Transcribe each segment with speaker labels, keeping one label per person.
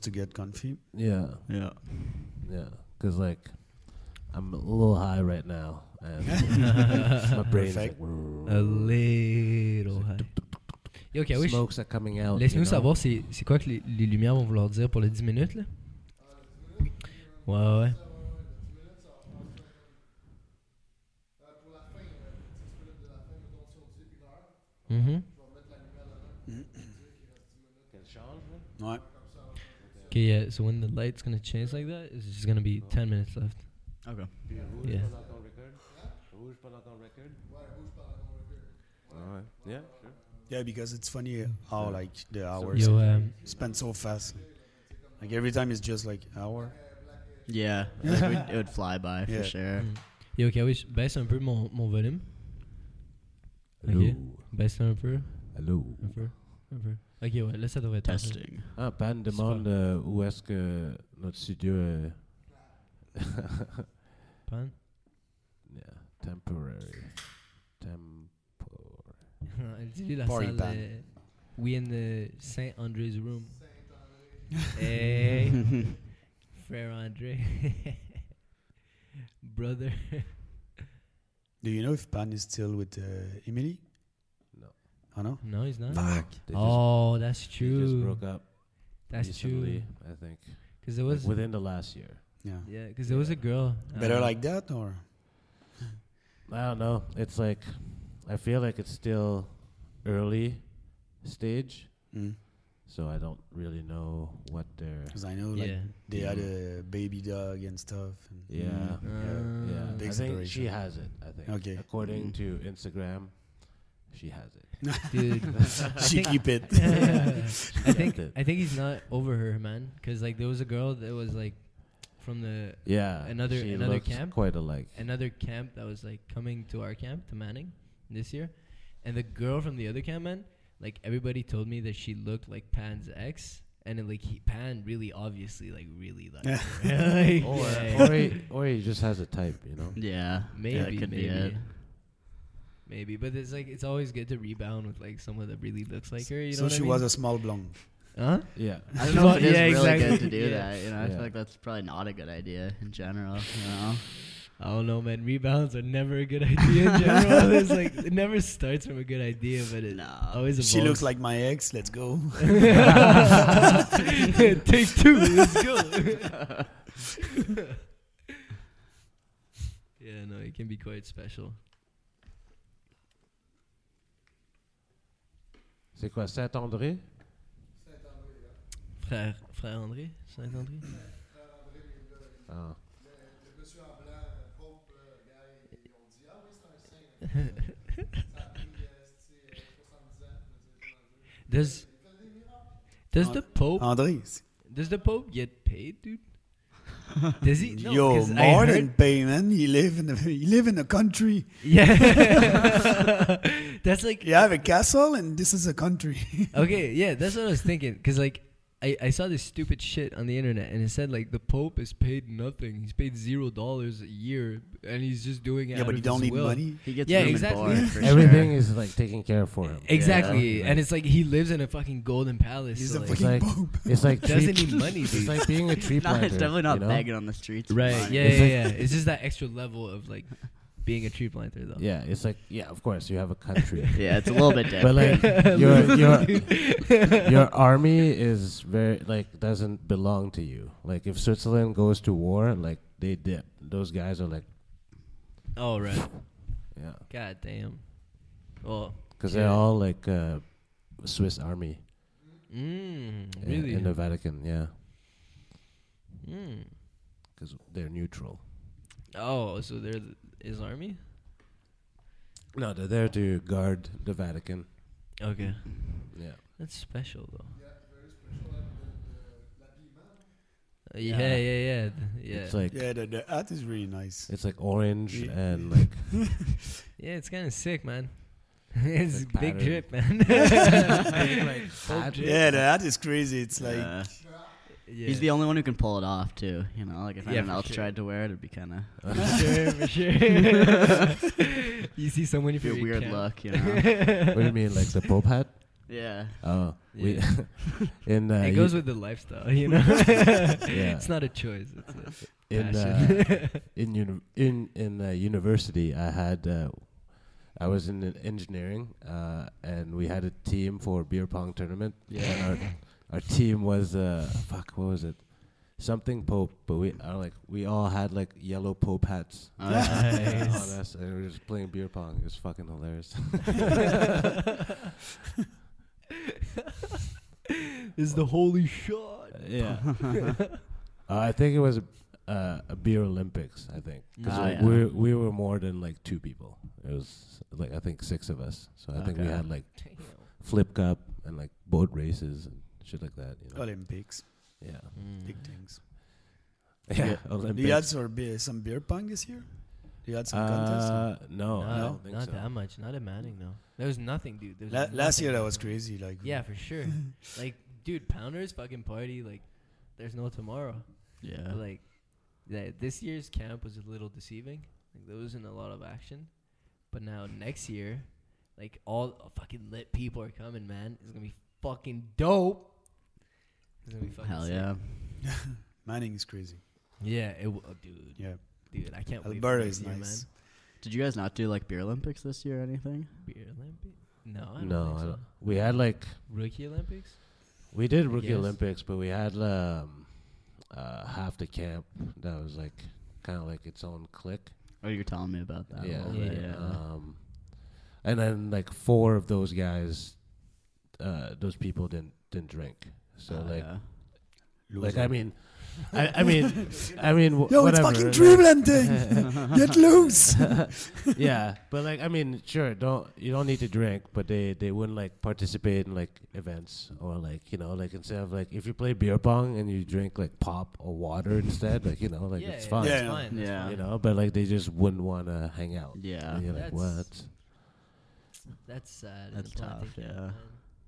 Speaker 1: to get comfy.
Speaker 2: Yeah,
Speaker 1: Yeah.
Speaker 2: yeah. Because like, I'm a little high right now, and my brain is like,
Speaker 1: Perfect.
Speaker 3: A little high. Yo, Kawish,
Speaker 2: smokes are coming out.
Speaker 3: laisse-nous
Speaker 2: you know?
Speaker 3: savoir c'est c'est quoi que les, les lumières vont vouloir dire pour les 10 minutes, là. Ouais, ouais. Mhm.
Speaker 1: Ouais.
Speaker 3: Okay, yeah, so when the light's gonna change like that, it's just gonna be 10 minutes left.
Speaker 4: Ok.
Speaker 3: Yeah.
Speaker 5: Yeah.
Speaker 1: Yeah, because it's funny how like the hours
Speaker 3: Yo, um,
Speaker 1: spend so fast. Like every time it's just like hour.
Speaker 4: Yeah. Like we'd- it would fly by
Speaker 1: Yeah.
Speaker 4: for sure.
Speaker 3: Mm. yo, Kawish, baisse un peu mon, mon volume. Ok. Baisse un peu,
Speaker 2: Allô.
Speaker 3: un peu, un peu. Ok, ouais, là ça devrait être. parfait.
Speaker 4: Testing.
Speaker 2: Ah, Pan demande euh, où est-ce que notre studio est.
Speaker 3: Pan.
Speaker 2: Yeah, temporary. Temporary.
Speaker 3: Elle dit la
Speaker 1: Party
Speaker 3: salle.
Speaker 1: pan.
Speaker 3: euh, we in the Saint Andre's room. Hey, frère André, brother.
Speaker 1: Do you know if Pan is still with uh, Emily?
Speaker 2: No.
Speaker 1: I know.
Speaker 3: No, he's not.
Speaker 1: Fuck.
Speaker 2: They just,
Speaker 3: oh, that's
Speaker 2: they just
Speaker 3: true.
Speaker 2: broke up
Speaker 3: That's
Speaker 2: recently,
Speaker 3: true.
Speaker 2: I think.
Speaker 3: Cause there
Speaker 2: Like,
Speaker 3: was
Speaker 2: within the last year.
Speaker 1: Yeah.
Speaker 3: yeah, cause there was a girl.
Speaker 1: Better
Speaker 3: uh,
Speaker 1: like that or?
Speaker 2: I don't know. It's like, I feel like it's still early stage,
Speaker 1: Mm.
Speaker 2: so I don't really know what they're.
Speaker 1: Because I know like
Speaker 3: Yeah.
Speaker 1: they had a baby dog and stuff. And
Speaker 2: Yeah.
Speaker 3: Uh,
Speaker 2: Yeah.
Speaker 1: Mm-hmm. Big
Speaker 2: I think
Speaker 1: separation.
Speaker 2: she has it, I think.
Speaker 1: Okay.
Speaker 2: According to Instagram, she has it.
Speaker 3: Dude,
Speaker 1: she keep it.
Speaker 3: I think
Speaker 2: it.
Speaker 3: I think he's not over her, man. Cause like there was a girl that was like from the
Speaker 2: Yeah.
Speaker 3: Another-
Speaker 2: she
Speaker 3: another
Speaker 2: looks
Speaker 3: camp?
Speaker 2: Quite alike.
Speaker 3: another camp that was like coming to our camp to Manning this year, and the girl from the other camp, man, like everybody told me that she looked like Pan's ex, and it, like he, Pan really obviously like really liked her. Like,
Speaker 2: or,
Speaker 3: yeah.
Speaker 2: or, he, or he just has a type, you know?
Speaker 4: Yeah.
Speaker 3: maybe
Speaker 4: Yeah, that could
Speaker 3: maybe.
Speaker 4: be it.
Speaker 3: Maybe, but it's like it's always good to rebound with like someone that really looks like her. You know
Speaker 1: so
Speaker 3: what
Speaker 1: she
Speaker 3: I mean?
Speaker 1: was a small blonde.
Speaker 3: huh?
Speaker 2: Yeah.
Speaker 4: I don't know if it is
Speaker 3: Yeah,
Speaker 4: really
Speaker 3: exactly.
Speaker 4: good to do
Speaker 3: Yeah.
Speaker 4: that. You know, I
Speaker 2: Yeah.
Speaker 4: feel like that's probably not a good idea in general. You know.
Speaker 3: I don't know, man. Rebounds are never a good idea in general. it's like it never starts from a good idea, but it
Speaker 4: No.
Speaker 3: always evolves.
Speaker 1: She looks like my ex. Let's go.
Speaker 3: Take two. Let's go. yeah, no, it can be quite special.
Speaker 2: C'est quoi, Saint-André?
Speaker 3: Frère, frère André, Saint André.
Speaker 2: Ah.
Speaker 3: Does does the Pope
Speaker 1: Ah. Andres.
Speaker 3: does the Pope get paid, dude? Does he? No,
Speaker 1: Yo,
Speaker 3: 'cause I
Speaker 1: more
Speaker 3: heard-
Speaker 1: than payment. You live in a you live in a country.
Speaker 3: Yeah, that's like
Speaker 1: You have a castle, and this is a country.
Speaker 3: Okay, yeah, that's what I was thinking. Cause like I, I saw this stupid shit on the internet and it said like the Pope is paid nothing. He's paid zero dollars a year and he's just doing it.
Speaker 1: yeah,
Speaker 3: out
Speaker 1: but
Speaker 3: of
Speaker 1: you don't need
Speaker 3: his will.
Speaker 1: money.
Speaker 4: He gets
Speaker 3: Yeah,
Speaker 4: room
Speaker 3: exactly.
Speaker 4: and board for
Speaker 2: Everything
Speaker 4: sure.
Speaker 2: is like taken care of for him.
Speaker 3: Exactly.
Speaker 2: Yeah.
Speaker 3: And it's like he lives in a fucking golden palace.
Speaker 1: He's
Speaker 3: so,
Speaker 1: a
Speaker 3: like-
Speaker 1: fucking
Speaker 2: like-
Speaker 1: pope.
Speaker 2: It's like tree-
Speaker 3: doesn't need money,
Speaker 2: It's
Speaker 3: dude.
Speaker 2: like being a tree
Speaker 4: No,
Speaker 2: planter.
Speaker 4: it's definitely
Speaker 2: you
Speaker 4: not
Speaker 2: know?
Speaker 4: begging on the streets. for
Speaker 3: right,
Speaker 4: money.
Speaker 3: yeah,
Speaker 2: It's
Speaker 3: yeah,
Speaker 2: like-
Speaker 3: yeah. It's just that extra level of like being a tree planter though.
Speaker 2: Yeah, it's like yeah. Of course, you have a country,
Speaker 4: Yeah, it's a little bit
Speaker 2: but
Speaker 4: different.
Speaker 2: like your your your army is very like doesn't belong to you. Like if Switzerland goes to war, like they dip. Those guys are like
Speaker 3: Oh right.
Speaker 2: yeah,
Speaker 3: God damn. Well
Speaker 2: because
Speaker 3: Yeah.
Speaker 2: they're all like uh, Swiss army
Speaker 3: mm,
Speaker 2: in-
Speaker 3: really?
Speaker 2: in the Vatican. Yeah,
Speaker 3: Mm.
Speaker 2: because they're neutral.
Speaker 3: Oh, so there is army?
Speaker 2: No, they're there to guard the Vatican.
Speaker 3: Okay.
Speaker 2: Yeah.
Speaker 3: That's special though. Uh, Yeah, yeah, yeah, th- yeah.
Speaker 2: It's like
Speaker 1: Yeah, the, the hat is really nice.
Speaker 2: it's like orange
Speaker 1: Yeah.
Speaker 2: and like
Speaker 3: yeah, it's kind of sick, man. it's
Speaker 2: Like
Speaker 3: big
Speaker 2: pattern.
Speaker 3: drip, man.
Speaker 2: Like
Speaker 3: Full
Speaker 2: pattern.
Speaker 3: drip.
Speaker 1: Yeah, the hat is crazy. It's like
Speaker 4: Yeah.
Speaker 3: yeah.
Speaker 4: Uh, He's the only one who can pull it off too. You know, like if
Speaker 3: Yeah,
Speaker 4: anyone
Speaker 3: for
Speaker 4: else
Speaker 3: sure.
Speaker 4: tried to wear it, it'd be kind of
Speaker 3: for sure, for sure. you see someone if
Speaker 4: be a
Speaker 3: you're
Speaker 4: weird
Speaker 3: camp.
Speaker 4: look. You know.
Speaker 2: what do you mean like the Pope hat?
Speaker 4: Yeah.
Speaker 2: Oh, we in uh,
Speaker 3: it
Speaker 2: U-
Speaker 3: goes with the lifestyle, you know.
Speaker 2: Yeah.
Speaker 3: It's not a choice. It's a
Speaker 2: in uh,
Speaker 3: passion.
Speaker 2: in uni- in in uh, university. I had uh, I was in en- engineering, uh, and we had a team for beer pong tournament.
Speaker 4: Yeah.
Speaker 2: and our our team was uh, fuck. What was it? Something Pope, but we are like we all had like yellow Pope hats.
Speaker 4: Oh, yeah.
Speaker 2: on
Speaker 3: Nice.
Speaker 2: us, and we were just playing beer pong. It was fucking hilarious.
Speaker 3: this is the holy shot.
Speaker 2: yeah, uh, I think it was uh, a beer Olympics. I think because
Speaker 4: Ah,
Speaker 2: like,
Speaker 4: yeah.
Speaker 2: we we were more than like two people. It was like I think six of us. So I think we
Speaker 4: Okay.
Speaker 2: had like flip cup and like boat races and shit like that. You know?
Speaker 1: Olympics,
Speaker 2: Yeah,
Speaker 1: big things.
Speaker 2: yeah.
Speaker 1: Do you had
Speaker 2: Olympics.
Speaker 1: some beer, some beer pong this year? Do you had some contests?
Speaker 2: Uh, no, I
Speaker 1: No,
Speaker 2: don't think
Speaker 3: not
Speaker 2: so.
Speaker 3: that much. Not at Manning though. There was nothing, dude. There was
Speaker 1: La- last year
Speaker 3: nothing.
Speaker 1: that was crazy. Like
Speaker 3: Yeah, for sure. like, dude, Pounders fucking party. Like, there's no tomorrow.
Speaker 4: yeah.
Speaker 3: But, Like, that this year's camp was a little deceiving. Like, there wasn't a lot of action. But now next year, like all fucking lit people are coming, man. It's gonna be fucking dope. It's gonna be fucking
Speaker 4: Hell
Speaker 3: sick.
Speaker 4: yeah.
Speaker 1: Manning is crazy.
Speaker 3: Yeah, it w- oh, dude,
Speaker 1: Yeah,
Speaker 3: dude, I can't wait. for
Speaker 1: Alberta
Speaker 3: next
Speaker 1: is
Speaker 3: year,
Speaker 1: nice.
Speaker 4: Did you guys not do like beer Olympics this year or anything?
Speaker 3: man. Beer Olympics? No, I don't
Speaker 2: No,
Speaker 3: think
Speaker 2: I
Speaker 3: so.
Speaker 2: don't. we had like
Speaker 3: Rookie Olympics?
Speaker 2: we did rookie
Speaker 3: guess.
Speaker 2: Olympics, but we had um, uh, half the camp that was like kind of like its own clique.
Speaker 4: Oh, you were telling me about that. a
Speaker 2: yeah,
Speaker 4: little
Speaker 3: yeah,
Speaker 4: bit,
Speaker 3: yeah.
Speaker 2: Um, and then like four of those guys, uh, those people didn't didn't drink. So
Speaker 4: Oh,
Speaker 2: like
Speaker 4: yeah.
Speaker 2: like I mean, I, I mean, I mean, wh-
Speaker 1: Yo,
Speaker 2: whatever.
Speaker 1: it's fucking
Speaker 2: like-
Speaker 1: dreamland thing. Get loose.
Speaker 2: yeah, but like I mean, sure, don't you don't need to drink, but they they wouldn't like participate in like events or like you know like instead of like if you play beer pong and you drink like pop or water instead, like you know like
Speaker 3: yeah,
Speaker 2: it's
Speaker 3: yeah,
Speaker 2: fun,
Speaker 3: It's
Speaker 1: Yeah.
Speaker 3: fine. that's
Speaker 4: Yeah.
Speaker 3: fine.
Speaker 2: you know, but like they just wouldn't want to hang out.
Speaker 4: Yeah.
Speaker 2: And you're like,
Speaker 3: That's-
Speaker 2: what?
Speaker 3: That's sad.
Speaker 4: That's
Speaker 3: and tough.
Speaker 4: tough, yeah.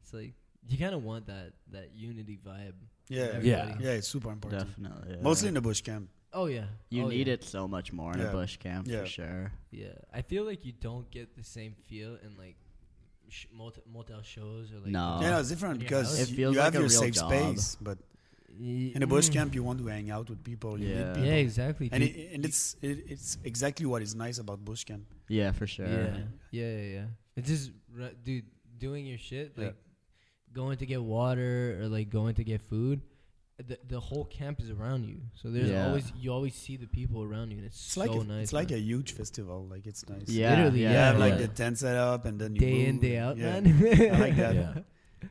Speaker 3: It's like you kind of want that that unity vibe.
Speaker 1: Yeah,
Speaker 3: Everybody.
Speaker 2: Yeah.
Speaker 1: yeah, it's super important.
Speaker 4: Definitely. yeah.
Speaker 1: Mostly in the bush camp.
Speaker 3: Oh yeah.
Speaker 4: You
Speaker 3: Oh,
Speaker 4: need
Speaker 3: yeah.
Speaker 4: it so much more in
Speaker 1: Yeah.
Speaker 4: a bush camp
Speaker 1: Yeah.
Speaker 4: for sure.
Speaker 3: Yeah, I feel like you don't get the same feel in like sh- mot- motel shows or like.
Speaker 4: No.
Speaker 1: yeah, no, it's different
Speaker 3: Yeah.
Speaker 1: because
Speaker 3: It
Speaker 1: you-
Speaker 4: Uh, feels
Speaker 1: you
Speaker 4: like
Speaker 1: have
Speaker 4: a
Speaker 1: your
Speaker 4: real
Speaker 1: safe
Speaker 4: job.
Speaker 1: space, but
Speaker 3: Y-
Speaker 1: in a bush
Speaker 3: mm.
Speaker 1: camp, you want to hang out with people. You
Speaker 4: Yeah.
Speaker 1: meet people.
Speaker 3: Yeah, exactly.
Speaker 1: And
Speaker 3: dude.
Speaker 1: it, and it's it, it's exactly what is nice about bush camp.
Speaker 4: Yeah, for sure.
Speaker 3: yeah, yeah, yeah, yeah. It's just ru- dude doing your shit
Speaker 1: Yeah.
Speaker 3: like going to get water or like going to get food. The, the whole camp is around you, so there's
Speaker 4: Yeah.
Speaker 3: always you always see the people around you, and it's,
Speaker 1: It's
Speaker 3: so
Speaker 1: like a,
Speaker 3: nice.
Speaker 1: it's like
Speaker 3: man.
Speaker 1: a huge festival. Like it's nice.
Speaker 4: Yeah.
Speaker 3: Literally,
Speaker 1: you
Speaker 4: yeah.
Speaker 1: have like
Speaker 3: yeah.
Speaker 1: the tent set up, and then you
Speaker 3: day in
Speaker 1: move.
Speaker 3: day out,
Speaker 1: Yeah.
Speaker 3: man.
Speaker 1: I like that.
Speaker 2: Yeah.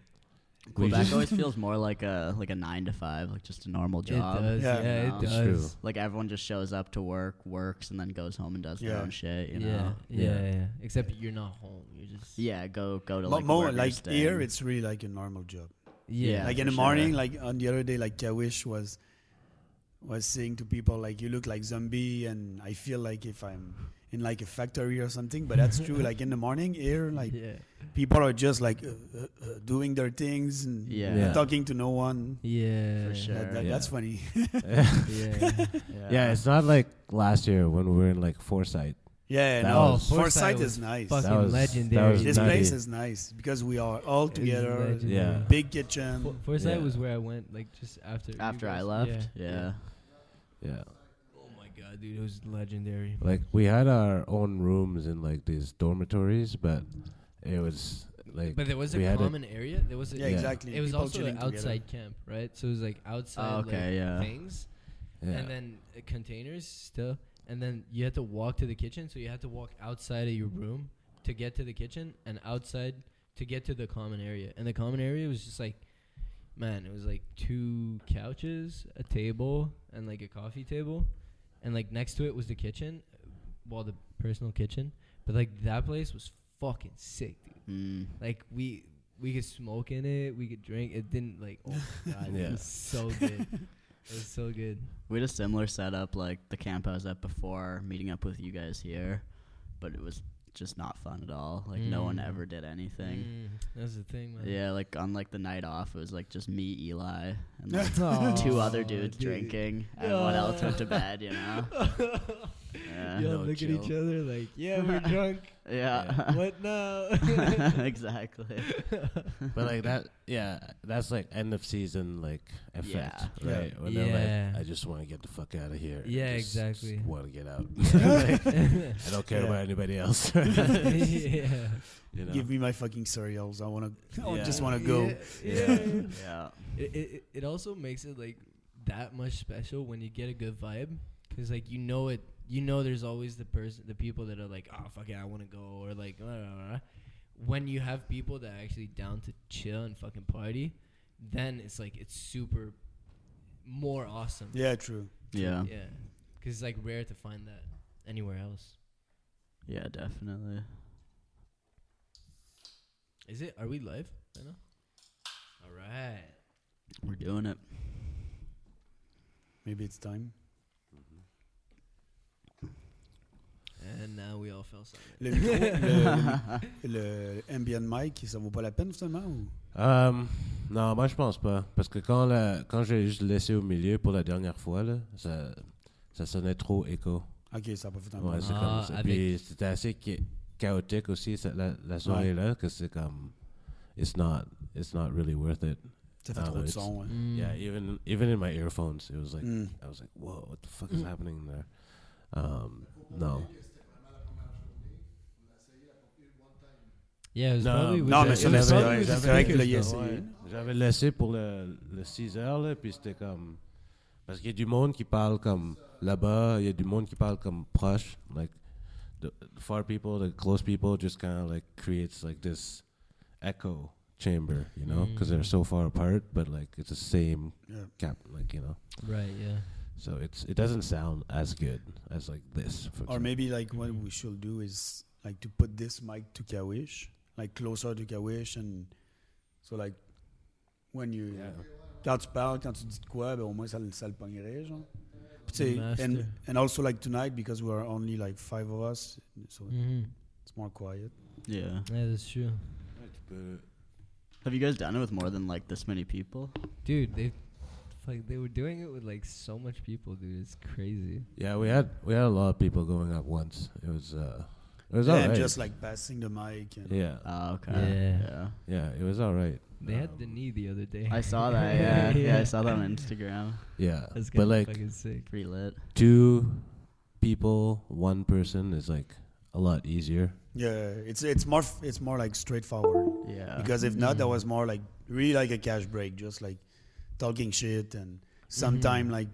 Speaker 2: We
Speaker 4: Quebec
Speaker 2: just-
Speaker 4: always feels more like a like a nine to five, like just a normal job.
Speaker 3: It does.
Speaker 1: Yeah.
Speaker 3: Yeah,
Speaker 4: No.
Speaker 3: it
Speaker 4: It's
Speaker 3: does.
Speaker 2: true.
Speaker 4: Like everyone just shows up to work, works, and then goes home and does
Speaker 1: Yeah.
Speaker 4: their own shit. You
Speaker 3: yeah,
Speaker 4: know.
Speaker 3: yeah,
Speaker 2: Yeah.
Speaker 3: yeah, Except you're not home. You're just
Speaker 4: Yeah. Go go to
Speaker 1: Mo-
Speaker 4: like
Speaker 1: more
Speaker 4: work or
Speaker 1: like
Speaker 4: stay.
Speaker 1: here, it's really like a normal job.
Speaker 4: Yeah,
Speaker 1: like in the
Speaker 4: for
Speaker 1: morning,
Speaker 4: sure.
Speaker 1: like on the other day, like Kawish was was saying to people like you look like zombie, and I feel like if I'm in like a factory or something. But that's true. like in the morning here, like
Speaker 3: yeah,
Speaker 1: people are just like uh, uh, uh, doing their things and
Speaker 4: Yeah.
Speaker 2: Yeah.
Speaker 1: talking to no one.
Speaker 3: yeah,
Speaker 4: For sure.
Speaker 1: That, that,
Speaker 2: Yeah.
Speaker 1: That's funny.
Speaker 3: yeah.
Speaker 2: Yeah, it's not like last year when we were in like Foresight.
Speaker 1: yeah,
Speaker 2: That
Speaker 1: no,
Speaker 3: was-
Speaker 1: foresight
Speaker 3: Foresight
Speaker 1: is nice.
Speaker 3: Fucking
Speaker 2: That was- that
Speaker 3: legendary.
Speaker 2: was
Speaker 1: This
Speaker 2: nutty.
Speaker 1: place is nice because we are all
Speaker 3: It's
Speaker 1: together.
Speaker 3: legendary.
Speaker 2: Yeah.
Speaker 1: Big kitchen.
Speaker 3: Fo- Foresight
Speaker 2: Yeah.
Speaker 3: was where I went, like just after you
Speaker 4: After I
Speaker 3: guys-
Speaker 4: left. Yeah.
Speaker 2: Yeah.
Speaker 3: Oh my god, dude, it was legendary.
Speaker 2: Like we had our own rooms in like these dormitories, but it was like
Speaker 3: But there was a
Speaker 2: we had a-
Speaker 3: common area. There was a
Speaker 1: yeah,
Speaker 2: Yeah.
Speaker 1: exactly.
Speaker 3: It was
Speaker 1: People
Speaker 3: also
Speaker 1: chilling
Speaker 3: an
Speaker 1: together.
Speaker 3: outside camp, right? So it was like outside
Speaker 4: Oh,
Speaker 3: like,
Speaker 4: okay, yeah.
Speaker 3: things,
Speaker 2: yeah.
Speaker 3: and then uh, containers still, and then you had to walk to the kitchen. So you had to walk outside of your room to get to the kitchen, and outside to get to the common area. And the common area was just like, man, it was like two couches, a table, and like a coffee table, and like next to it was the kitchen, well the personal kitchen, but like that place was fucking sick, dude.
Speaker 4: Mm.
Speaker 3: Like we we could smoke in it, we could drink. It didn't like oh my god,
Speaker 2: Yeah.
Speaker 3: it was so good. It was so good.
Speaker 4: We had a similar setup, like the camp I was at before meeting up with you guys here, but it was just not fun at all. Like no one
Speaker 3: Mm.
Speaker 4: ever did anything.
Speaker 3: Mm, that's the thing, man.
Speaker 4: Yeah, like on like the night off, it was like just me, Eli, and like
Speaker 3: Aw,
Speaker 4: two other dudes
Speaker 3: dude.
Speaker 4: drinking, and one else went to
Speaker 3: Yeah.
Speaker 4: bed. You know. Yeah.
Speaker 3: you
Speaker 2: Yo.
Speaker 3: all
Speaker 2: No
Speaker 3: look at each
Speaker 2: chill.
Speaker 3: other like, yeah, we're drunk.
Speaker 4: Yeah.
Speaker 3: what now?
Speaker 4: exactly.
Speaker 2: But like that, yeah, that's like end of season like effect,
Speaker 1: Yeah. Yeah.
Speaker 2: right? When they're
Speaker 3: Yeah.
Speaker 2: like, I just want to get the fuck out of here.
Speaker 3: Yeah,
Speaker 2: Just-
Speaker 3: exactly.
Speaker 2: Just want to get out.
Speaker 3: yeah.
Speaker 2: I don't care
Speaker 1: Yeah.
Speaker 2: about anybody else. you know?
Speaker 1: Give me my fucking cereals. I want to. I
Speaker 2: Yeah.
Speaker 1: just want to go.
Speaker 3: Yeah. yeah.
Speaker 4: Yeah.
Speaker 3: It, it, it also makes it like that much special when you get a good vibe because like you know it you know there's always the person the people that are like oh fuck it I want to go or like blah, blah, blah, blah. when you have people that are actually down to chill and fucking party then it's like it's super more awesome
Speaker 1: Yeah, true.
Speaker 4: Yeah.
Speaker 3: yeah because it's like rare to find that anywhere else
Speaker 4: Yeah, definitely.
Speaker 3: is it are we live right now all right
Speaker 4: We're doing it.
Speaker 1: Maybe it's time.
Speaker 3: and now we all fell silent
Speaker 1: Le, micro, le, le, le ambient mic, ça vaut pas la peine finalement ou?
Speaker 2: Um, non, moi je pense pas. Parce que quand, la, quand j'ai juste laissé au milieu pour la dernière fois, là, ça, ça sonnait trop écho.
Speaker 1: Ok, ça a pas fait un
Speaker 2: Ouais, c'est
Speaker 1: bon.
Speaker 3: Ah,
Speaker 2: comme ça.
Speaker 3: avec-
Speaker 2: Puis c'était assez cha- chaotique aussi ça- la, la soirée-là, que c'est comme. It's not, it's not really worth it.
Speaker 1: Ça fait
Speaker 2: Ah,
Speaker 1: trop de
Speaker 2: ouais,
Speaker 1: son. Ouais.
Speaker 3: Mm.
Speaker 2: Yeah, even even in my earphones, it was like
Speaker 1: Mm.
Speaker 2: I was like, "Whoa, what the fuck is happening there?" Um, no,
Speaker 3: yeah it was probably with
Speaker 1: Non,
Speaker 3: the-
Speaker 1: mais
Speaker 3: it
Speaker 1: ça,
Speaker 3: was
Speaker 1: c'est
Speaker 3: probably
Speaker 1: vrai,
Speaker 3: with the
Speaker 1: c'est vrai qu'il l'a
Speaker 3: speakers, though.
Speaker 1: essayé.
Speaker 2: j'avais laissé pour le, le 6 heures là, puis c'était comme parce qu'il y a du monde qui parle comme là-bas, il y a du monde qui parle comme proche, like the the far people, the close people, just kind of like creates like this echo chamber, you know, because they're so far apart, but like it's the same
Speaker 1: Mm. Yeah.
Speaker 2: cap, like you know,
Speaker 3: right yeah
Speaker 2: so it's it doesn't sound as good as like this.
Speaker 1: Or
Speaker 2: For example.
Speaker 1: maybe like what we should do is like to put this mic to Kawish, like closer to Kawish, and so like when you
Speaker 2: Yeah.
Speaker 1: quand tu parles, quand tu dis de quoi, ben au moins ça, le- ça le pognerait, genre. Puis tu sais,
Speaker 3: Master.
Speaker 1: and and also like tonight because we are only like five of us, so
Speaker 3: mm-hmm.
Speaker 1: it's more quiet.
Speaker 4: Yeah.
Speaker 3: Yeah, that's true.
Speaker 2: Ouais, tu peux-
Speaker 4: Have you guys done it with more than like this many people?
Speaker 3: Dude, they like they were doing it with like so much people, dude. It's crazy.
Speaker 2: Yeah, we had we had a lot of people going up once. It was uh, it was
Speaker 1: Yeah,
Speaker 2: alright.
Speaker 1: just like passing the mic. And
Speaker 2: yeah,
Speaker 4: Oh, okay.
Speaker 3: Yeah.
Speaker 2: yeah, it was alright.
Speaker 3: They had the knee the other day.
Speaker 4: Yeah. I saw that. Yeah. yeah. I saw that on Instagram.
Speaker 2: Yeah,
Speaker 3: That's
Speaker 2: but
Speaker 3: kinda
Speaker 2: like
Speaker 3: fucking sick.
Speaker 4: Pretty lit.
Speaker 2: two people, one person is like a lot easier.
Speaker 1: Yeah, it's it's more f- it's more like straightforward.
Speaker 4: Yeah.
Speaker 1: Because if not, that
Speaker 3: Mm.
Speaker 1: was more like really like a cash break, just like talking shit and sometime
Speaker 3: Mhm.
Speaker 1: like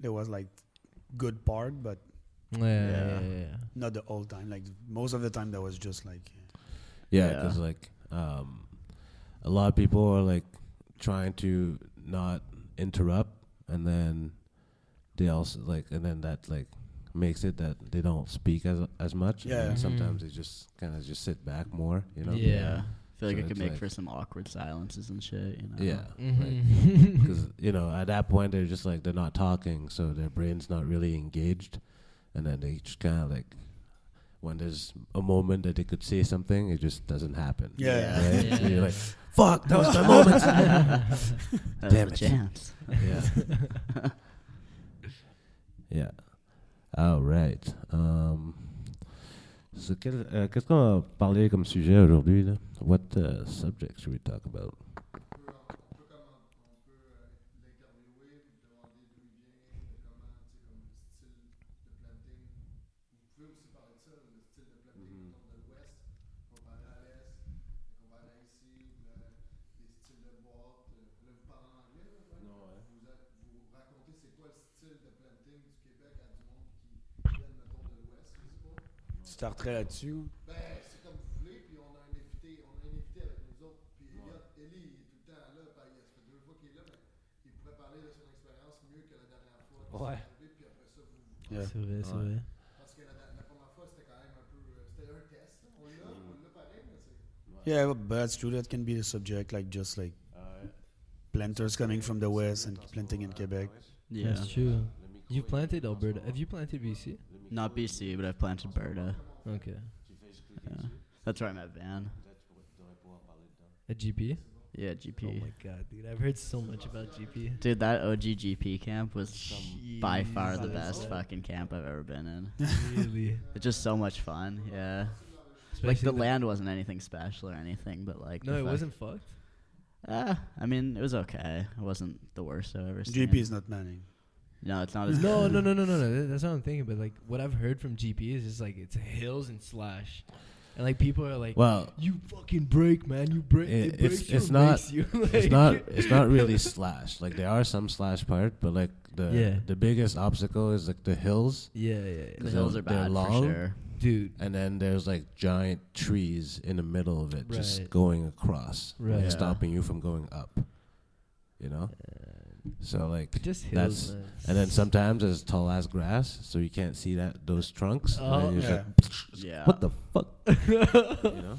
Speaker 1: there was like good part, but
Speaker 3: Yeah,
Speaker 4: Yeah.
Speaker 3: yeah, yeah.
Speaker 1: not the whole time. Like most of the time, that was just like
Speaker 2: Yeah,
Speaker 4: Yeah.
Speaker 2: because like um, a lot of people are like trying to not interrupt, and then they also like, and then that like makes it that they don't speak as as much. and
Speaker 1: Yeah.
Speaker 2: then
Speaker 3: Mhm.
Speaker 2: sometimes they just kind of just sit back more. You know.
Speaker 3: Yeah.
Speaker 4: I
Speaker 2: So
Speaker 4: feel like it could
Speaker 2: it's
Speaker 4: make
Speaker 2: like-
Speaker 4: for some awkward silences and shit. You know.
Speaker 2: Yeah.
Speaker 3: Mhm.
Speaker 2: Because you know, at that point, they're just like they're not talking, so their brain's not really engaged, and then they just kind of like, when there's a moment that they could say something, it just doesn't happen.
Speaker 1: Yeah.
Speaker 2: Right?
Speaker 3: Yeah.
Speaker 2: And you're like, fuck, that was my moment.
Speaker 4: That's
Speaker 2: Damn
Speaker 4: a
Speaker 2: it.
Speaker 4: chance.
Speaker 2: yeah. yeah. All right. Um, so quel- euh, qu'est-ce qu'on va parler comme sujet aujourd'hui là? What uh, subject should we talk about?
Speaker 1: tu t'arrêterais là-dessus.
Speaker 2: Ouais.
Speaker 1: Yeah.
Speaker 3: C'est vrai, c'est
Speaker 2: Ouais.
Speaker 3: vrai.
Speaker 1: Yeah, but but that's true. That can be the subject, like just like planters coming from the west and planting in Quebec.
Speaker 4: Yeah.
Speaker 3: That's true. You've planted Alberta. Have you planted BC?
Speaker 4: Not BC, but I've planted Berta.
Speaker 3: Okay.
Speaker 4: Yeah. That's where I met Van.
Speaker 3: A GP?
Speaker 4: Yeah,
Speaker 3: Oh
Speaker 4: GP.
Speaker 3: my god, dude! I've heard so much about GP.
Speaker 4: Dude, that OG GP camp was by far the
Speaker 3: Jesus.
Speaker 4: best fucking camp I've ever been in.
Speaker 3: really,
Speaker 4: It's just so much fun. Yeah. like
Speaker 3: Especially
Speaker 4: the land wasn't anything special or anything, but like
Speaker 3: No,
Speaker 4: the
Speaker 3: it
Speaker 4: fact-
Speaker 3: wasn't fucked.
Speaker 4: Ah, I mean, it was okay. It wasn't the worst I've ever seen.
Speaker 1: GP is not Manning.
Speaker 4: No, it's not as
Speaker 3: No,
Speaker 4: good.
Speaker 3: no, no, no, no, no. That's what I'm thinking. But like, what I've heard from GP is just like it's hills and slash, and like people are like,
Speaker 2: Well,
Speaker 3: "You fucking break, man! You break.
Speaker 2: It-
Speaker 3: It, breaks
Speaker 2: it's-
Speaker 3: you
Speaker 2: it's
Speaker 3: and
Speaker 2: not-
Speaker 3: makes you."
Speaker 2: it's not it's not really slash. Like there are some slash part, but like the
Speaker 3: Yeah.
Speaker 2: the biggest obstacle is like the hills,
Speaker 3: Yeah, yeah, yeah.
Speaker 4: The hills
Speaker 2: They're-
Speaker 4: are bad
Speaker 2: they're
Speaker 4: for
Speaker 2: long.
Speaker 4: sure.
Speaker 3: dude.
Speaker 2: and then there's like giant trees in the middle of it, just
Speaker 3: Right.
Speaker 2: going across, like,
Speaker 3: Right. Yeah.
Speaker 2: stopping you from going up. You know, Uh, so like,
Speaker 3: But just
Speaker 2: That's-
Speaker 3: hills, man.
Speaker 2: and then sometimes there's tall ass grass, so you can't see that those trunks. and then
Speaker 3: Oh.
Speaker 2: you're
Speaker 1: Yeah.
Speaker 2: just
Speaker 4: Yeah.
Speaker 2: like, what the fuck? you know.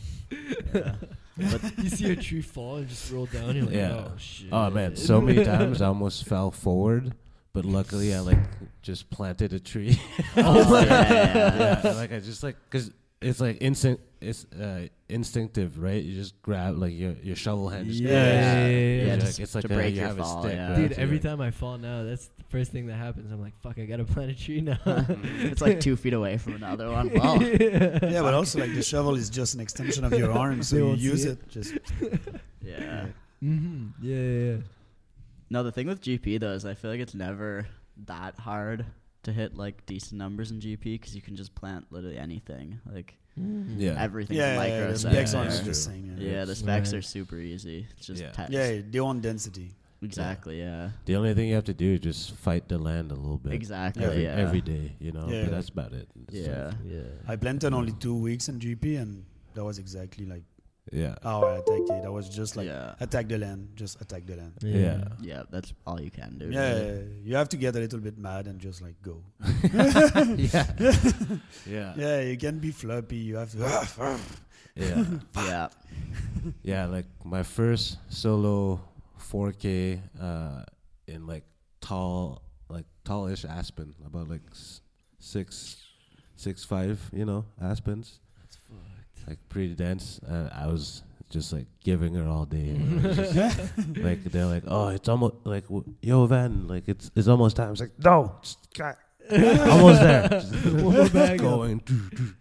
Speaker 3: you see a tree fall and just roll down. You're like,
Speaker 2: Yeah.
Speaker 3: oh shit.
Speaker 2: Oh man, so many times I almost fell forward, but luckily I like just planted a tree.
Speaker 4: Oh, yeah.
Speaker 2: yeah, like I just like because it's like instinct, it's uh, instinctive, right? You just grab like your your shovel hand. Just
Speaker 3: Yeah.
Speaker 2: grabs.
Speaker 3: Yeah, yeah, yeah.
Speaker 2: You're
Speaker 4: Just
Speaker 2: like- it's like
Speaker 4: to
Speaker 2: a,
Speaker 4: break
Speaker 2: you
Speaker 4: your
Speaker 2: have
Speaker 4: fall,
Speaker 2: a stick.
Speaker 4: yeah.
Speaker 2: right?
Speaker 3: Dude,
Speaker 2: So
Speaker 3: every
Speaker 2: you're
Speaker 3: time I fall now, that's the first thing that happens. I'm like, fuck, I gotta plant a tree now.
Speaker 4: it's like two feet away from another one. Well,
Speaker 1: Yeah, but also like the shovel is just an extension of your arm, so
Speaker 3: They
Speaker 1: you
Speaker 3: won't see
Speaker 1: use
Speaker 3: it.
Speaker 1: it. Just
Speaker 4: yeah.
Speaker 3: hmm Yeah, yeah, yeah.
Speaker 4: No, the thing with GP though is I feel like it's never that hard to hit like decent numbers in GP because you can just plant literally anything. Like
Speaker 2: like- yeah,
Speaker 4: everything's
Speaker 1: yeah, yeah, yeah,
Speaker 4: micro.
Speaker 1: the
Speaker 4: set.
Speaker 1: specs
Speaker 2: on
Speaker 1: are
Speaker 2: it.
Speaker 1: the
Speaker 2: True.
Speaker 1: same.
Speaker 4: yeah.
Speaker 1: Yeah,
Speaker 4: the specs
Speaker 3: Right.
Speaker 4: are super easy. It's just
Speaker 2: Yeah.
Speaker 4: text.
Speaker 1: yeah, they want density.
Speaker 4: Exactly. Yeah.
Speaker 2: the only thing you have to do is just fight the land a little bit.
Speaker 4: Exactly.
Speaker 2: Every,
Speaker 4: yeah.
Speaker 2: every day, you know.
Speaker 1: Yeah.
Speaker 2: But that's about it. It's like-
Speaker 4: yeah.
Speaker 3: yeah.
Speaker 1: I planted only two weeks in GP, and that was exactly like
Speaker 2: yeah,
Speaker 1: how I attacked it. I was just like
Speaker 4: yeah.
Speaker 1: attack the land, just attack the land.
Speaker 2: yeah,
Speaker 4: Yeah. That's all you can do.
Speaker 1: Yeah,
Speaker 4: really.
Speaker 1: you have to get a little bit mad and just like go.
Speaker 2: yeah, yeah,
Speaker 1: Yeah, you can be floppy. You have to.
Speaker 2: yeah.
Speaker 4: Yeah.
Speaker 2: Yeah, like my first solo 4K uh, in like tall, like tallish aspen, about like s- six, six five, you know, aspens,
Speaker 3: That's fucked.
Speaker 2: like pretty dense. And I was just like giving her all day. and I was just, like they're like, oh, it's almost like w- yo Van, like it's it's almost time. It's like no, just, God, almost there.
Speaker 3: One more bag
Speaker 2: Just
Speaker 3: up.
Speaker 2: going, doo, doo.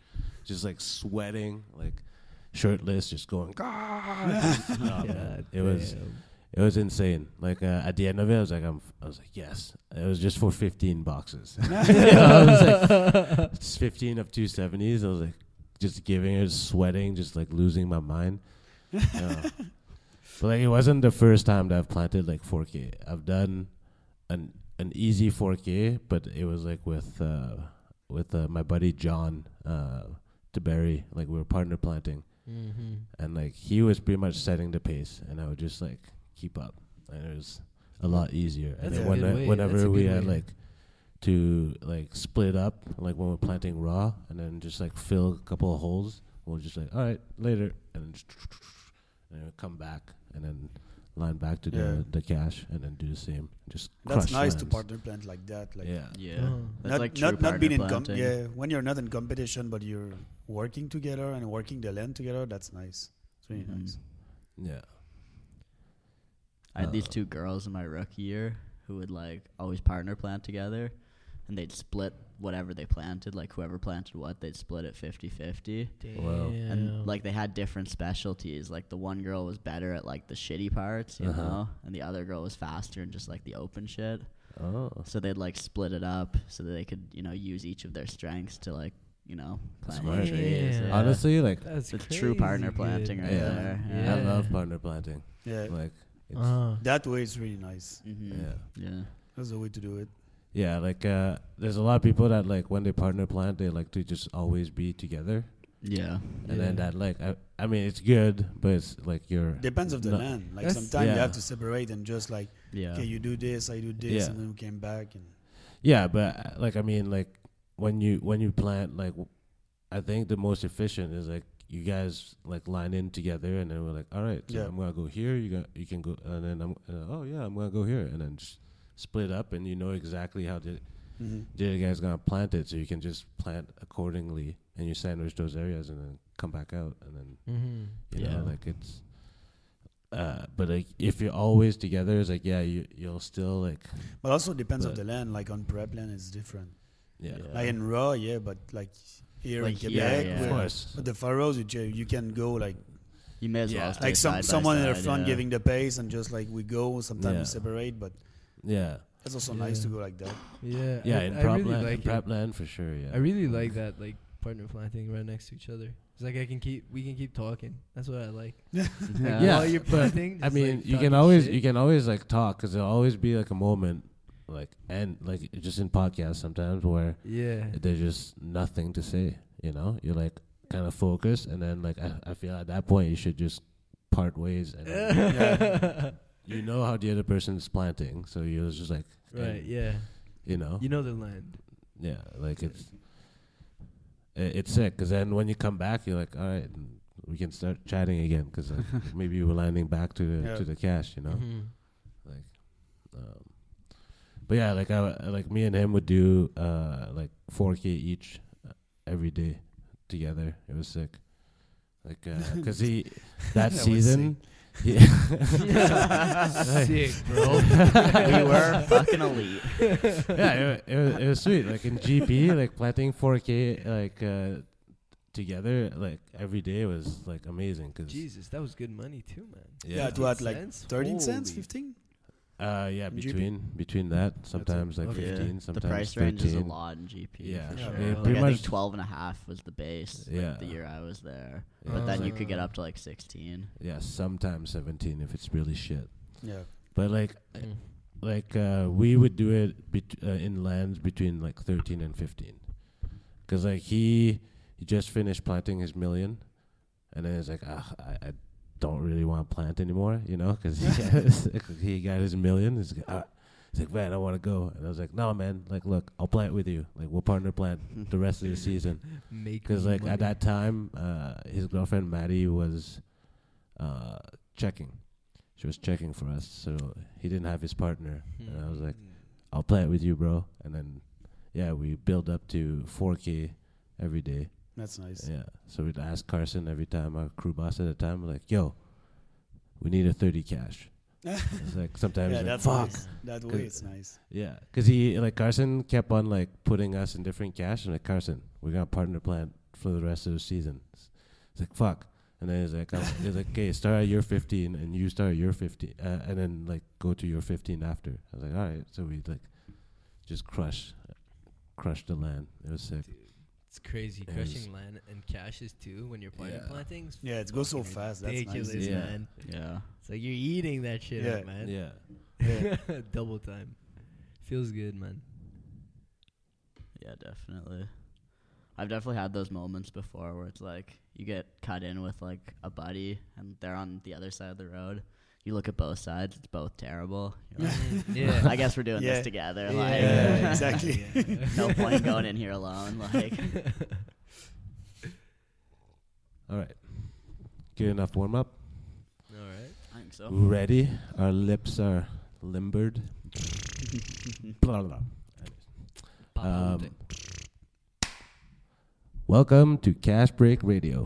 Speaker 2: just like sweating, like shirtless, just going. "God." Oh, man.
Speaker 3: God
Speaker 2: It was
Speaker 3: damn.
Speaker 2: it was insane. Like uh, at the end of it, I was like, I'm, I was like, yes. It was just for 15 boxes. You know, I was like, it's 15 of 270s. I was like, just giving it, sweating, just like losing my mind. You know. but like, it wasn't the first time that I've planted like 4K. I've done an an easy 4K, but it was like with uh, with uh, my buddy John uh, Berry. Like we were partner planting
Speaker 3: Mhm.
Speaker 2: and like he was pretty much setting the pace, and I would just like keep up, and it was a lot easier. And
Speaker 3: That's
Speaker 2: then
Speaker 3: a
Speaker 2: when
Speaker 3: good
Speaker 2: I-
Speaker 3: way. That's a
Speaker 2: whenever we
Speaker 3: good
Speaker 2: had
Speaker 3: way.
Speaker 2: like to like split up, like when we're planting raw, and then just like fill a couple of holes, we'll just like all right later, and then just and then come back, and then line back to
Speaker 1: Yeah.
Speaker 2: the the cache, and then do the same. Just
Speaker 1: That's
Speaker 2: crush
Speaker 1: nice to
Speaker 2: lands.
Speaker 1: partner plant like that. Like
Speaker 2: Yeah,
Speaker 4: Yeah.
Speaker 3: Oh.
Speaker 4: That's
Speaker 1: not
Speaker 4: like true
Speaker 1: not, not being in
Speaker 4: partner
Speaker 1: com-
Speaker 4: planting.
Speaker 1: yeah when you're not in competition, but you're working together and working the land together. That's nice. It's really
Speaker 4: Mhm.
Speaker 1: nice.
Speaker 2: yeah,
Speaker 4: I had these
Speaker 2: Uh,
Speaker 4: two girls in my rookie year who would like always partner plant together and they'd split whatever they planted, like whoever planted what, they'd split it 50 50.
Speaker 2: Wow.
Speaker 3: Damn.
Speaker 4: And like they had different specialties. Like the one girl was better at like the shitty parts, you
Speaker 2: Uh-huh.
Speaker 4: know, and the other girl was faster in just like the open shit.
Speaker 2: oh,
Speaker 4: So they'd like split it up so that they could, you know, use each of their strengths to like, you know, plant
Speaker 2: Smart.
Speaker 4: new trees.
Speaker 3: Yeah.
Speaker 2: honestly, like
Speaker 3: that's
Speaker 4: It's true partner
Speaker 3: crazy
Speaker 4: planting
Speaker 3: good.
Speaker 4: right
Speaker 2: Yeah.
Speaker 4: there.
Speaker 2: I
Speaker 3: Yeah.
Speaker 2: love partner planting.
Speaker 1: Yeah,
Speaker 2: Like, it's,
Speaker 3: Uh,
Speaker 1: that way it's really nice.
Speaker 4: hmm
Speaker 2: yeah.
Speaker 4: yeah.
Speaker 1: That's the way to do it.
Speaker 2: Yeah, like uh, there's a lot of people that like when they partner plant, they like to just always be together,
Speaker 4: Yeah.
Speaker 2: and then
Speaker 3: Yeah.
Speaker 2: that like I, I mean it's good, but it's like you're
Speaker 1: Depends of the
Speaker 2: No.
Speaker 1: land. Like
Speaker 3: That's-
Speaker 1: sometimes you
Speaker 2: Yeah.
Speaker 1: have to separate and just like
Speaker 4: Yeah.
Speaker 1: okay, you do this, I do this,
Speaker 2: Yeah.
Speaker 1: and then we came back and
Speaker 2: yeah, but uh, like I mean like when you when you plant like w- I think the most efficient is like you guys like line in together, and then we're like all right, so
Speaker 1: Yeah.
Speaker 2: I'm gonna go here, you got you can go, and then I'm uh, oh yeah, I'm gonna go here, and then just split up, and you know exactly how the
Speaker 1: Mhm.
Speaker 2: the other guy's gonna plant it, so you can just plant accordingly, and you sandwich those areas, and then come back out, and then.
Speaker 3: mhm.
Speaker 2: You
Speaker 4: Yeah.
Speaker 2: know, like it's Uh, but like if you're always together, it's like yeah, you you'll still like
Speaker 1: But also depends on
Speaker 2: But-
Speaker 1: the land. Like on prep land, it's different.
Speaker 2: yeah.
Speaker 4: Yeah.
Speaker 1: Like in raw, yeah, but like here
Speaker 4: Like
Speaker 1: in
Speaker 4: here,
Speaker 1: Quebec,
Speaker 4: yeah.
Speaker 2: Of
Speaker 1: where-
Speaker 2: course.
Speaker 1: But the Faroes, you, ju- you can go like
Speaker 4: You may as
Speaker 2: Yeah.
Speaker 4: well stay
Speaker 1: like some
Speaker 4: side by
Speaker 1: someone in the
Speaker 4: side,
Speaker 1: front
Speaker 4: yeah.
Speaker 1: giving the pace and just like we go. Sometimes
Speaker 2: Yeah.
Speaker 1: we separate, but
Speaker 2: Yeah.
Speaker 1: it's also nice
Speaker 3: Yeah.
Speaker 1: to go like that.
Speaker 3: Yeah,
Speaker 2: Yeah,
Speaker 3: I,
Speaker 2: in
Speaker 3: I
Speaker 2: prep
Speaker 3: really
Speaker 2: land,
Speaker 3: like
Speaker 2: in
Speaker 3: it.
Speaker 2: prep land for sure. Yeah,
Speaker 3: I really like that, like partner planting right next to each other. It's like I can keep, we can keep talking. That's what I like.
Speaker 4: Yeah.
Speaker 2: Yeah.
Speaker 3: While you're
Speaker 2: but,
Speaker 3: planting,
Speaker 2: I
Speaker 3: just,
Speaker 2: mean,
Speaker 3: like,
Speaker 2: you
Speaker 3: talking
Speaker 2: can always
Speaker 3: shit.
Speaker 2: you can always like talk because there'll always be like a moment, like and like just in podcasts sometimes where
Speaker 3: yeah,
Speaker 2: there's just nothing to say. You know, you're like kind of focused, and then like I, I feel at that point you should just part ways, and then you know how the other person's planting, so you're just like
Speaker 3: right,
Speaker 2: and,
Speaker 3: yeah.
Speaker 2: you know,
Speaker 3: You know the land.
Speaker 2: yeah, like it's i- it's sick because then when you come back, you're like, all right, we can start chatting again because like, maybe you were landing back to the
Speaker 1: Yeah.
Speaker 2: to the cash, you know.
Speaker 3: Mm-hmm.
Speaker 2: like um but yeah like i like me and him would do uh like 4k each uh, every day together it was sick like uh 'cause he that
Speaker 1: That was
Speaker 2: season yeah
Speaker 3: Sick, bro.
Speaker 4: we were fucking elite.
Speaker 2: yeah it, wa- it, was, it was sweet like in gp like planting 4k like uh together like every day was like amazing because
Speaker 3: Jesus, that was good money too, man.
Speaker 1: Yeah, it was like
Speaker 3: Cents?
Speaker 1: thirteen cents,
Speaker 3: Holy.
Speaker 1: fifteen.
Speaker 2: uh yeah
Speaker 1: In GP?
Speaker 2: between between that sometimes like
Speaker 4: Yeah.
Speaker 2: 15
Speaker 4: The
Speaker 2: sometimes
Speaker 4: price
Speaker 2: 13.
Speaker 4: range is a lot in GP.
Speaker 2: Yeah.
Speaker 4: for
Speaker 1: Yeah,
Speaker 4: sure.
Speaker 1: yeah.
Speaker 4: Like,
Speaker 2: Pretty
Speaker 4: I
Speaker 2: much-
Speaker 4: think 12 and a half was the base. like,
Speaker 2: Yeah.
Speaker 4: the year I was there,
Speaker 2: Yeah,
Speaker 4: but
Speaker 2: it's
Speaker 4: then
Speaker 2: like-
Speaker 4: you could get up to like 16.
Speaker 2: Yeah, sometimes 17 if it's really shit.
Speaker 1: Yeah,
Speaker 2: But like
Speaker 3: Mm.
Speaker 2: like uh we would do it bet- uh, in lands between like 13 and 15. Cuz like he he just finished planting his million and then it's like ah, I, I don't really want to plant anymore, you know, cuz he, got- he got his million. He's like, ah. He's like, man, I want to go. And I was like, no, man. Like, look, I'll plant with you. Like, we'll partner plant the rest of the season.
Speaker 3: Make
Speaker 2: Because
Speaker 3: me
Speaker 2: like
Speaker 3: money.
Speaker 2: at that time, uh, his girlfriend Maddie was uh, checking. She was checking for us, so he didn't have his partner,
Speaker 3: Hmm.
Speaker 2: and I was like, "I'll play it with you, bro." And then, yeah, we build up to 4K every day.
Speaker 1: that's nice.
Speaker 2: Yeah, so we'd ask Carson every time, our crew boss at the time, like, "Yo, we need a 30 cash." it's like sometimes
Speaker 1: Yeah,
Speaker 2: like,
Speaker 1: that's
Speaker 2: fuck.
Speaker 1: nice. That
Speaker 2: Cause-
Speaker 1: way, it's nice.
Speaker 2: Yeah, because he like Carson kept on like putting us in different cash, and like Carson, we're gonna partner plan for the rest of the season. It's, it's like fuck, and then he's like, I'm, he's like, okay, start at your fifteen, and you start at your fifteen, uh, and then like go to your fifteen after. I was like, all right, so we like just crush, crush the land. It was sick.
Speaker 3: It's crazy.
Speaker 2: It was-
Speaker 3: Crushing land and cashes too when you're planting
Speaker 2: Yeah.
Speaker 3: plantings.
Speaker 1: Yeah, it goes so
Speaker 3: Fucking
Speaker 1: fast, that's nice.
Speaker 3: Ridiculous,
Speaker 2: Yeah.
Speaker 3: man.
Speaker 4: Yeah.
Speaker 3: It's like you're eating that shit
Speaker 1: Yeah.
Speaker 3: up, man.
Speaker 2: Yeah,
Speaker 1: Yeah.
Speaker 3: Double time. Feels good, man.
Speaker 4: Yeah, definitely. I've definitely had those moments before where it's like you get cut in with like a buddy and they're on the other side of the road. You look at both sides, it's both terrible. You're like,
Speaker 3: yeah.
Speaker 4: I guess we're doing
Speaker 1: Yeah.
Speaker 4: this together.
Speaker 3: Yeah,
Speaker 4: Like
Speaker 1: Yeah, exactly.
Speaker 3: Yeah.
Speaker 4: no point going in here alone. Like
Speaker 2: all right, good enough warm up.
Speaker 3: All right.
Speaker 4: I think
Speaker 2: We
Speaker 4: so.
Speaker 2: Ready? Our lips are limbered. blah blah. blah. Um, welcome to Um, Cash Break Radio.